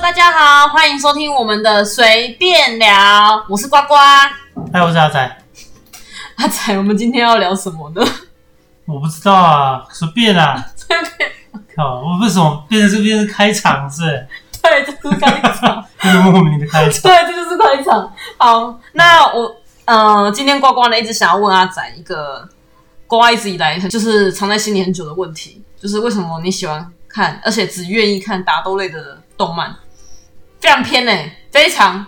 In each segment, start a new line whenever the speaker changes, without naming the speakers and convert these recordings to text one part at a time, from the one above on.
大家好，欢迎收听我们的随便聊，我是呱 呱阿
哎，我是阿仔，
仔。我们今天要聊什么呢？
我不知道啊，随便啊，靠，我为什么变成这变成开场是？
对，这就是开场，
有点莫名的开场。
对，这就是开场。好，那我呃，今天呱呱呢一直想要问阿仔一个呱呱一直以来就是藏在心里很久的问题，就是为什么你喜欢看，而且只愿意看打斗类的动漫，非常偏呢、欸非常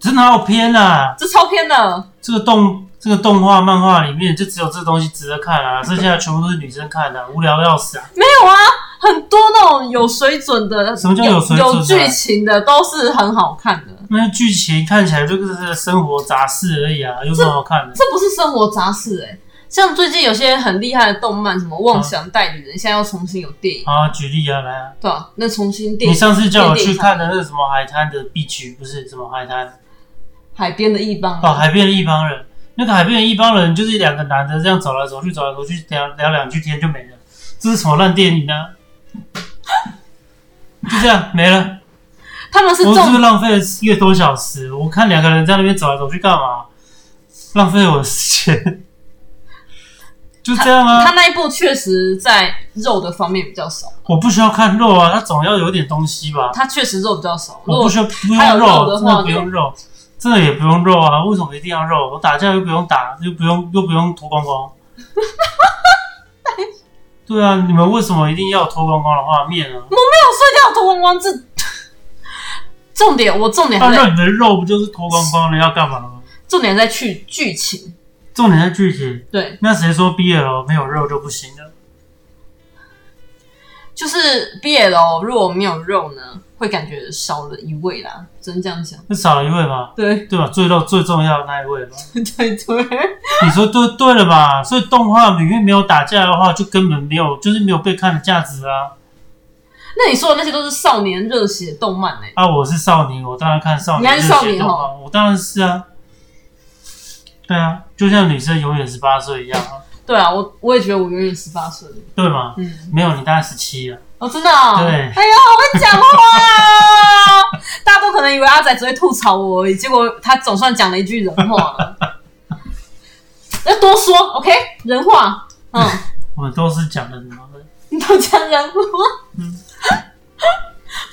真的好偏啊！
这超偏的。
这个动这个动画漫画里面就只有这东西值得看啊，剩下的全部都是女生看的、无聊要死啊！
没有啊，很多那种有水准的，
什么叫有水准啊
有剧情的都是很好看的。
那剧情看起来就是生活杂事而已啊，有什么好看的？
这不是生活杂事哎、像最近有些很厉害的动漫，什么《妄想代理人》，现在要重新有电影，
好啊，举例啊，来啊！
对吧、那重新电
你
影
上次叫我去看的那个什么海滩的必局，不是什么海滩
《海边的一帮
哦，
人》
海边的一帮人，那个海边的一帮人就是两个男的这样走来走去，走来走去，聊聊两句天就没了。这是什么烂电影呢、 就这样没了。
他们是
我是不是
重
浪费了一个多小时？我看两个人在那边走来走去干嘛？浪费我的时间。 就这样
他
啊，
那一部确实在肉的方面比较少，
我不需要看肉啊，他总要有点东西吧。
他确实肉比较少。如
我
果
不需要不
还有肉
用
的
肉，真的
话
不用肉，真的也不用肉啊！为什么一定要肉？我打架又不用打，又不用又不用脱光光。对啊，你们为什么一定要有脱光光的画面啊呢？
睡觉脱光光，这 重点我重点
哦那
还在
让你们的肉不就是脱光光了？要干嘛吗？
重点在去剧情，
重点在剧情。
对，
那谁说 BL 没有肉就不行了？
就是 BL 如果没有肉呢，会感觉少了一味啦，只能这样讲。
那少了一位嘛，
对
对吧？最肉最重要的那一位嘛。
对对。
你说对对了吧？所以动画里面没有打架的话，就根本没有，就是没有被看的价值啊。
那你说的那些都是少年热血动漫哎、
啊，我是少年，我当然看少年
你还
热
是
血
少年哦
动漫我当然是啊。对啊，就像女生永远十八岁一样啊，
对啊，我我也觉得我永远十八岁。
对吗？
嗯，
没有，你大概十七了。
哦，真的、哦。
对
哎呀，好会讲话哦！大家都可能以为阿仔只会吐槽我而已，结果他总算讲了一句人话了。要多说，OK？人话，嗯，
我们都是讲的什么？
你都讲人话。
嗯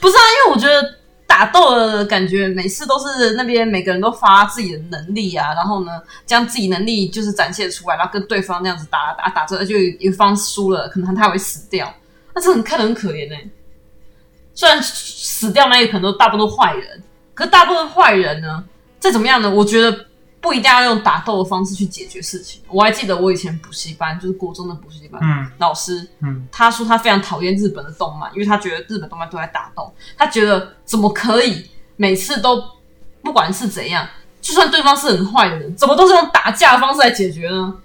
不是啊，因为我觉得打斗的感觉，每次都是那边每个人都发自己的能力啊，然后呢，将自己能力就是展现出来，然后跟对方那样子打打打着，就一方输了，可能他会死掉，那这很看得很可怜呢、欸虽然死掉那一可能都大部分都坏人，可是大部分坏人呢，再怎么样呢，我觉得。不一定要用打斗的方式去解决事情。我还记得我以前补习班，就是国中的补习班，
嗯
老师
嗯，
他说他非常讨厌日本的动漫，因为他觉得日本动漫都在打斗，他觉得怎么可以每次都不管是怎样，就算对方是很坏的人，怎么都是用打架的方式来解决呢？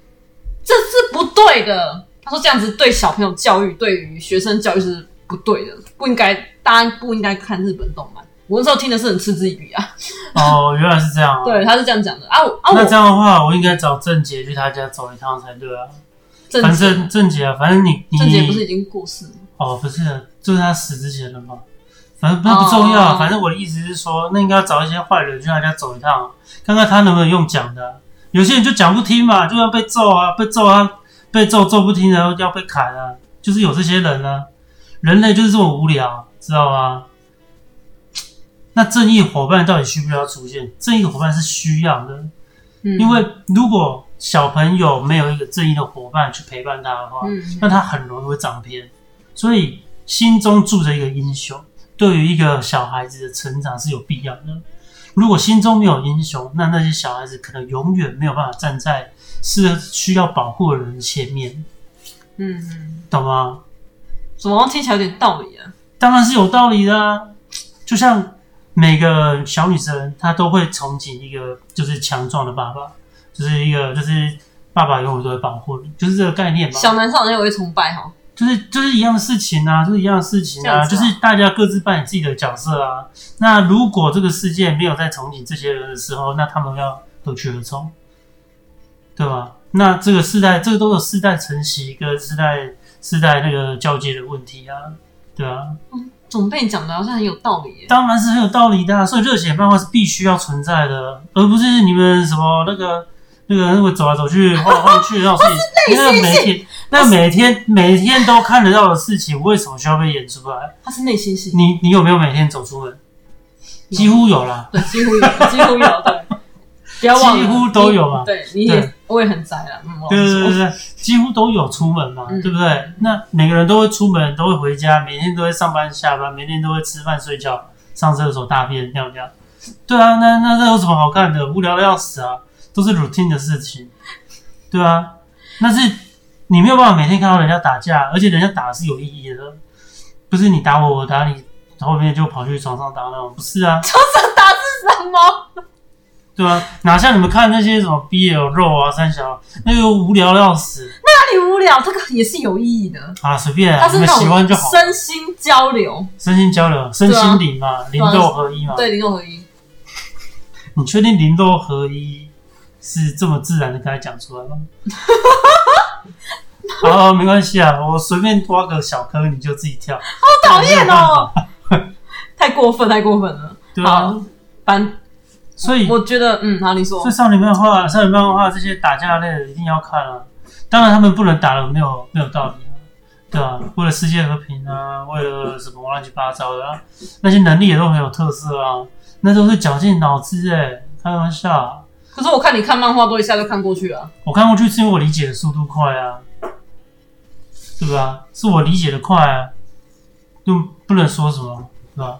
这是不对的。他说这样子对小朋友教育，对于学生教育是不对的，不应该，大家不应该看日本动漫。我那时候听的是很嗤之以鼻啊，
哦，原来是这样啊。。
对，他是这样讲的啊我啊
那
我
这样的话，我应该找郑杰去他家走一趟才对啊。
郑
反正郑杰啊，反正你你
郑杰不是已经过世了吗？
哦，不是，就是他死之前的嘛。反正那不重要啊，
哦
反正我的意思是说，那应该找一些坏人去他家走一趟啊，看看他能不能用讲的啊、有些人就讲不听嘛，就要被揍啊，被揍啊，被揍揍不听，然后要被砍啊，就是有这些人啊。人类就是这么无聊，啊知道吗？那正义伙伴到底需不需要出现？正义伙伴是需要的，
嗯，
因为如果小朋友没有一个正义的伙伴去陪伴他的话，
嗯
那他很容易会长偏。所以心中住着一个英雄，对于一个小孩子的成长是有必要的。如果心中没有英雄，那那些小孩子可能永远没有办法站在是需要保护的人前面，
嗯嗯，
懂吗？
怎么听起来有点道理啊？
当然是有道理的、啊。就像每个小女生，她都会憧憬一个就是强壮的爸爸，就是一个就是爸爸永远都会保护你，就是这个概念嘛。
小男生好像也会崇拜哈，
就是就是一样的事情啊，就是一样的事情
这样
啊，
子
就
啊
是大家各自扮演自己的角色啊。那如果这个世界没有在憧憬这些人的时候，那他们要何去何从？对吧？那这个世代，这个都有世代承袭跟世代世代那个交接的问题啊，对啊。
怎么被你讲的好像很有道理耶？
当然是很有道理的啊、所以热血漫画是必须要存在的，而不是你们什么那个那个那个走来走去、晃来晃去那种事情。那
类似
个每天，那个 每天每天都看得到的事情，为什么需要被演出来？
他是内心戏，
你你有没有每天走出门？
有
几乎有啦，
对，几乎有，几乎有，对。不要忘了，
几乎都有嘛
你对，你
对
也我也很宅了，嗯，我
对对对对，几乎都有出门嘛，
嗯
对不对？那每个人都会出门，都会回家，每天都会上班下班，每天都会吃饭睡觉、上厕所、大便、尿尿。对啊，那那那有什么好看的？无聊的要死啊，都是 routine 的事情。对啊，但是你没有办法每天看到人家打架，而且人家打是有意义的，不是你打我，我打你，后面就跑去床上打那种，不是啊。
就是打是什么？
对啊，哪像你们看那些什么 BL 肉啊、三小那个无聊的要死
哪里无聊？这个也是有意义的，
啊，随便啊，
它是
你
那
们喜欢就
种
好，
身心交流，
身心交流、身心灵嘛，
对
灵
啊
肉合一嘛。
对，零六合一。
你确定灵肉合一是这么自然的跟他讲出 来吗？好、啊，没关系啊，我随便挖个小坑你就自己跳，好
讨厌哦！太过分，太过分了。
对啊
好，反
所以
我觉得，嗯，好，你说
所以，少女漫画、少女漫画这些打架类的一定要看啊。当然，他们不能打的没有没有道理啊，对啊，为了世界和平啊，为了什么乱七八糟的、啊，那些能力也都很有特色啊，那都是绞尽脑汁哎、开玩笑啊、
可是我看你看漫画都一下就看过去了，
我看过去是因为我理解的速度快啊，对吧？是我理解的快啊，就不能说什么，对吧？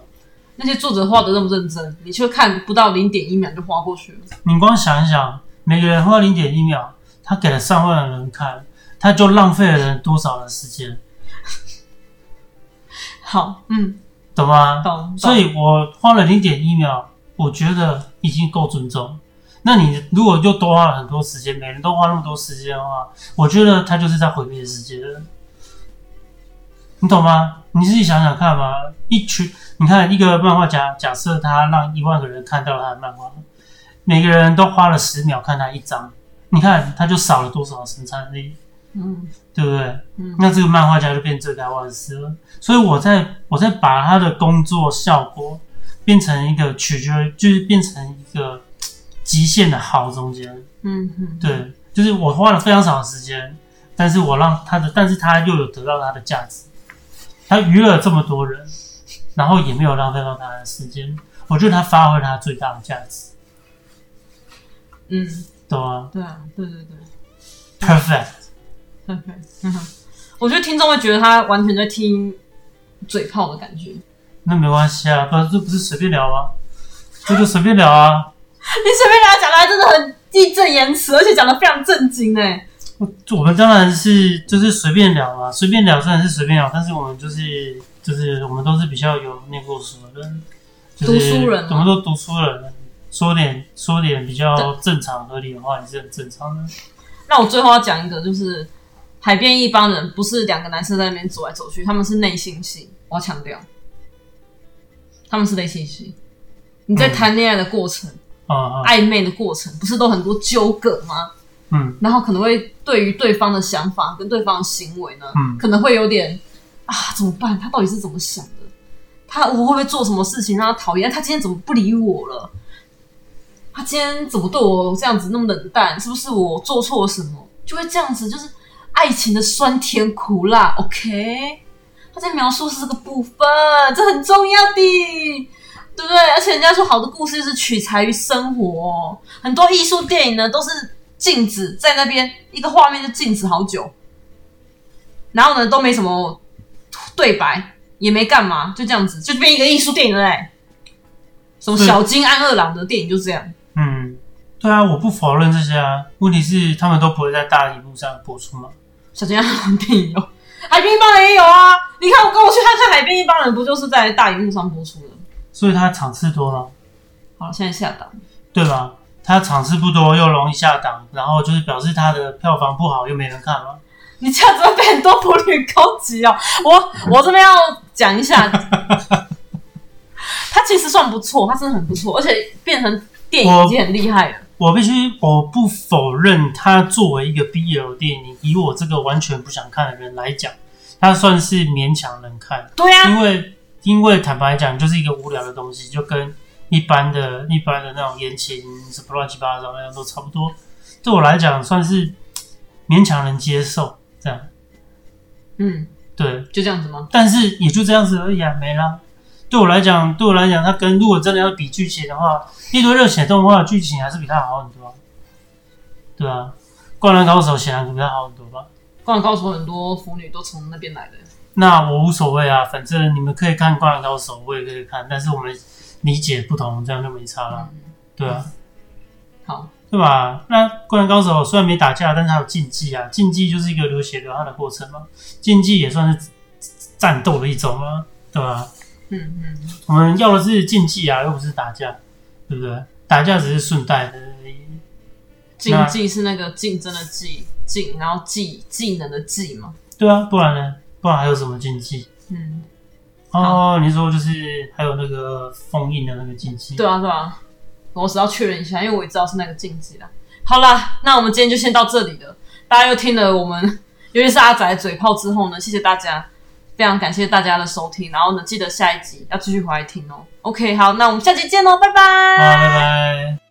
那些作者画的那么认真，你却看不到零点一秒就划过去了。
你光想一想，每个人花零点一秒，他给了上万人看，他就浪费了人多少的时间，
好，嗯，
懂吗？
懂。懂
所以我花了零点一秒，我觉得已经够尊重。那你如果又多花了很多时间，每人都花那么多时间的话，我觉得他就是在毁灭世界了。你懂吗？你自己想想看嘛。一群，你看一个漫画家，假设他让一万个人看到他的漫画，每个人都花了十秒看他一张，你看他就少了多少生产力？
嗯
对不对？
嗯
那这个漫画家就变罪该万死了。所以我在我在把他的工作效果变成一个取决，就是变成一个嘖极限的好中间。
嗯嗯，
对，就是我花了非常少的时间，但是我让他的，但是他又有得到他的价值，他娱乐这么多人，然后也没有浪费到他的时间，我觉得他发挥他最大的价值，
嗯，
懂吗
对啊，对对对
？Perfect，
对对，嗯哼 我觉得听众会觉得他完全在听嘴炮的感觉。你
那没关系啊，不，这不是随便聊吗？这就随便聊啊。
随便跟他讲的，他真的很义正言辞，而且讲的非常正经哎。
我们当然是就是随便聊嘛，随便聊虽然是随便聊，但是我们就是就是我们都是比较有念过书的人，就是、
读书人啊
我们都读书人，说点说点比较正常合理的话也是很正常的。
那我最后要讲一个，就是海边一帮人不是两个男生在那边走来走去，他们是内心戏，我要强调，他们是内心戏。你在谈恋爱的过程、
啊啊
暧昧的过程，不是都很多纠葛吗？
嗯
然后可能会对于对方的想法跟对方的行为呢，
嗯
可能会有点啊，怎么办？他到底是怎么想的？他我会不会做什么事情让他讨厌？他今天怎么不理我了？他今天怎么对我这样子那么冷淡？是不是我做错了什么？就会这样子，就是爱情的酸甜苦辣。OK，他在描述是这个部分，这很重要的。对不对？而且人家说好的故事是取材于生活哦、很多艺术电影呢都是静止在那边一个画面就静止好久，然后呢都没什么对白，也没干嘛，就这样子就变一个艺术电影了嘞。什么
对
小金安二郎的电影就这样，
嗯，对啊，我不否认这些啊，问题是他们都不会在大荧幕上播出嘛。
小金安二郎电影有，啊海边一帮人也有啊。你看我跟我去看看海边一帮人，不就是在大荧幕上播出的？
所以它场次多嘛，
好了，现在下档。
对吧？它场次不多又容易下档，然后就是表示它的票房不好又没人看嘛。
你这样子会被很多母女攻击哦。我我这边要讲一 下，他其实算不错，他真的很不错，而且变成电影已经很厉害了。
我必须，我不否认，它作为一个 BL 电影，以我这个完全不想看的人来讲，它算是勉强能看，
对呀、啊
因为因为坦白讲，就是一个无聊的东西，就跟一般的、一般的那种言情什么乱七八糟那样都差不多。对我来讲，算是勉强能接受这样。
嗯，
对，
就这样子吗？
但是也就这样子而已啊，没啦。对我来讲，对我来讲，它跟如果真的要比剧情的话，一堆热血动画的剧情还是比它好很多啊、对啊，《灌篮高手》显然比它好很多吧？
灌篮高手很多腐女都从那边来的，
那我无所谓啊，反正你们可以看《灌篮高手》，我也可以看，但是我们理解不同，这样就没差了。
嗯，
对啊，
好，
对吧？那《灌篮高手》虽然没打架，但是它有竞技啊，竞技就是一个流血流汗的过程嘛，竞技也算是战斗的一种啊，对吧、
嗯嗯，
我们要的是竞技啊，又不是打架，对不对？打架只是顺带的而已。
竞技是那个竞争的技，竞，然后技技能的技嘛，
对啊，不然呢？不然还有什么竞技？
嗯，
哦，你说就是还有那个封印的那个竞技，
对啊对啊，我只要确认一下，因为我也知道是那个竞技啦。好啦，那我们今天就先到这里了，大家又听了我们，尤其是阿仔嘴炮之后呢，谢谢大家，非常感谢大家的收听，然后呢，记得下一集要继续回来听哦。OK，好，那我们下集见喽，拜拜，
好，拜拜。